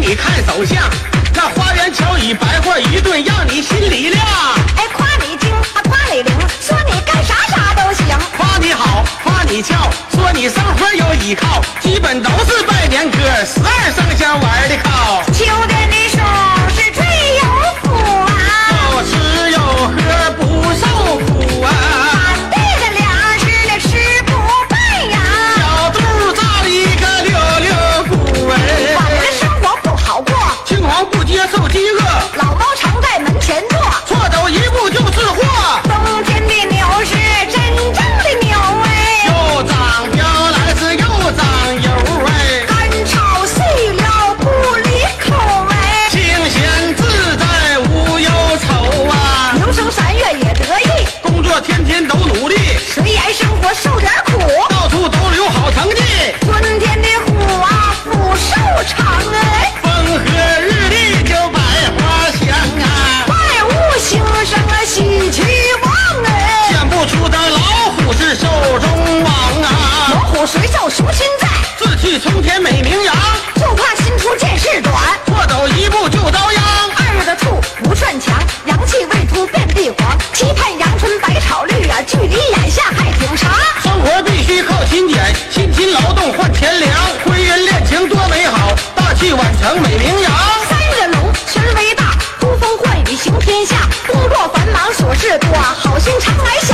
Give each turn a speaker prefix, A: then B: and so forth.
A: 你看走向，那花园巧语白话一顿，让你心里亮。
B: 哎，夸你精，啊夸你灵，说你干啥啥都行。
A: 夸你好，夸你俏，说你生活有依靠，基本都是拜年歌，十二生肖玩的靠。
B: 秋天的树是最有苦啊，
A: 有吃有喝不受苦啊，
B: 满地的粮食也吃不败呀。
A: 小肚造一个六六骨
B: 我们的
A: 儿，
B: 生活不好过，
A: 青黄不接受饥饿，
B: 老猫常在门前坐。
A: 错走一步就是祸，
B: 冬天的牛是真正的牛哎，
A: 又长膘来是又长油哎。
B: 干炒碎了不离口哎，
A: 清闲自在无忧愁啊，
B: 牛生三月也得意，
A: 工作天天都努力，
B: 虽然生活受点苦，
A: 到处都有好成绩，
B: 春天的虎啊虎寿长哎，
A: 风和日丽就百花香啊，
B: 万物兴盛啊喜气旺哎，
A: 想不出咱老虎是兽中王
B: 老
A: 啊，
B: 虎随走孰亲在，
A: 志气冲天美名扬，
B: 就怕新出见识短。
A: 错走一步就遭殃，
B: 二个兔不算强，阳气未突遍地黄。期盼阳春百草绿啊，距离眼下还挺长。
A: 生活必须靠勤俭，辛勤劳动换钱粮，婚姻恋情多美好，大器晚成美名扬，
B: 三个龙，神威大，呼风唤雨行天下。工作繁忙，琐事多，好心常来想。